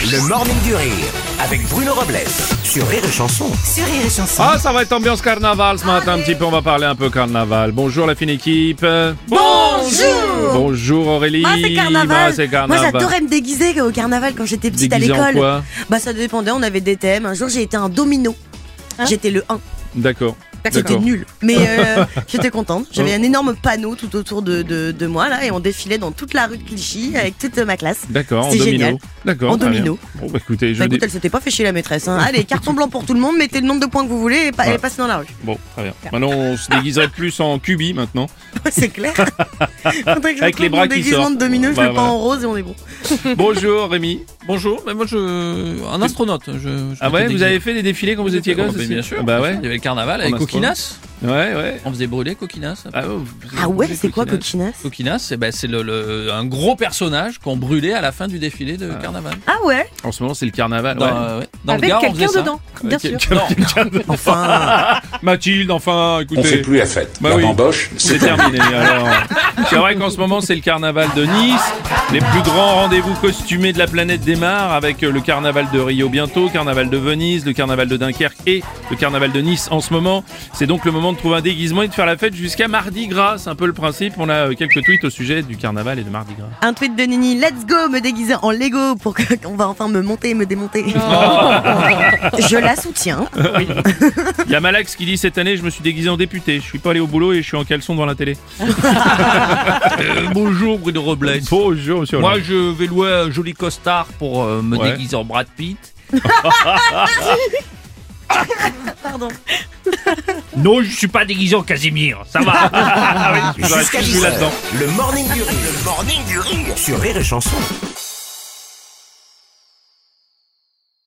Le Morning du Rire avec Bruno Robles sur Rire et Chanson. Sur Rire et Chanson. Ah, ça va être ambiance carnaval ce matin un petit peu, on va parler un peu carnaval. Bonjour la fine équipe. Bonjour Bonjour Aurélie. Ah, c'est carnaval. Ah, c'est Moi, carnaval. j'adorais me déguiser au carnaval quand j'étais petite Déguisé à en l'école. quoi bah, ça dépendait, on avait des thèmes. Un jour, j'ai été un domino. Hein J'étais le 1. D'accord. C'était D'accord. nul. Mais euh, j'étais contente. Oh. J'avais un énorme panneau tout autour de, de, de moi, là, et on défilait dans toute la rue de Clichy avec toute euh, ma classe. D'accord, en C'est domino. génial. D'accord. En très bien. domino. Bon, bah, écoutez, je Bah, dis- écoute, elle s'était pas fait chier la maîtresse. hein. Allez, carton blanc pour tout le monde, mettez le nombre de points que vous voulez et, pa- Ouais. et passez dans la rue. Bon, très bien. Maintenant, on se déguiserait plus en cubi maintenant. C'est clair. Faudrait que je Avec les trouve mon bras qui déguisement sortent. de domino, je Bah, le peins voilà. en rose et on est bon. Bonjour Rémi. Bonjour, mais moi je. Un astronaute. Je, je Ah m'étais ouais, vous déguisé. avez fait des défilés quand vous étiez Oh, gosse ben, aussi Bien sûr. Ah, Bah bien sûr. ouais. Il y avait le carnaval avec astronaute. Coquinas. Ouais, ouais. On faisait brûler Coquinas. Ah, oh, Ah ouais, c'est quoi, coquinasse Coquinas, c'est ben, c'est le, le- un gros personnage qu'on brûlait à la fin du défilé de carnaval. Ah ouais En ce moment, c'est le carnaval. Dans, ouais. euh, ouais. Dans Avec le Gard, on faisait quelqu'un ça. dedans, bien sûr. Non, Enfin, Mathilde, enfin, écoutez. On fait plus la fête. Bah la oui. bamboche, C'est terminé. Alors, c'est vrai qu'en ce moment, c'est le carnaval de Nice. Les plus grands rendez-vous costumés de la planète démarrent avec euh, le carnaval de Rio bientôt, carnaval de Venise, le carnaval de Dunkerque et le carnaval de Nice en ce moment. C'est donc le moment de trouver un déguisement et de faire la fête jusqu'à mardi gras. C'est un peu le principe. On a euh, quelques tweets au sujet du carnaval et de mardi gras. un tweet de Nini, let's go, me déguiser en Lego pour que- qu'on va enfin me monter et me démonter. je la soutiens. Il y a Malax qui dit cette année, je me suis déguisé en député. Je suis pas allé au boulot et je suis en caleçon devant la télé. euh, bonjour Bruno Robles. Bonjour, monsieur. Moi je vais louer un joli costard pour euh, me Ouais. déguiser en Brad Pitt. Pardon. Non, je suis pas déguisé en Casimir, ça va. Hollande. Ah. J'aurais Jusqu'à pu jouer 10h, là-dedans. Le Morning du Rire. Le Morning du Rire sur Rire et Chanson.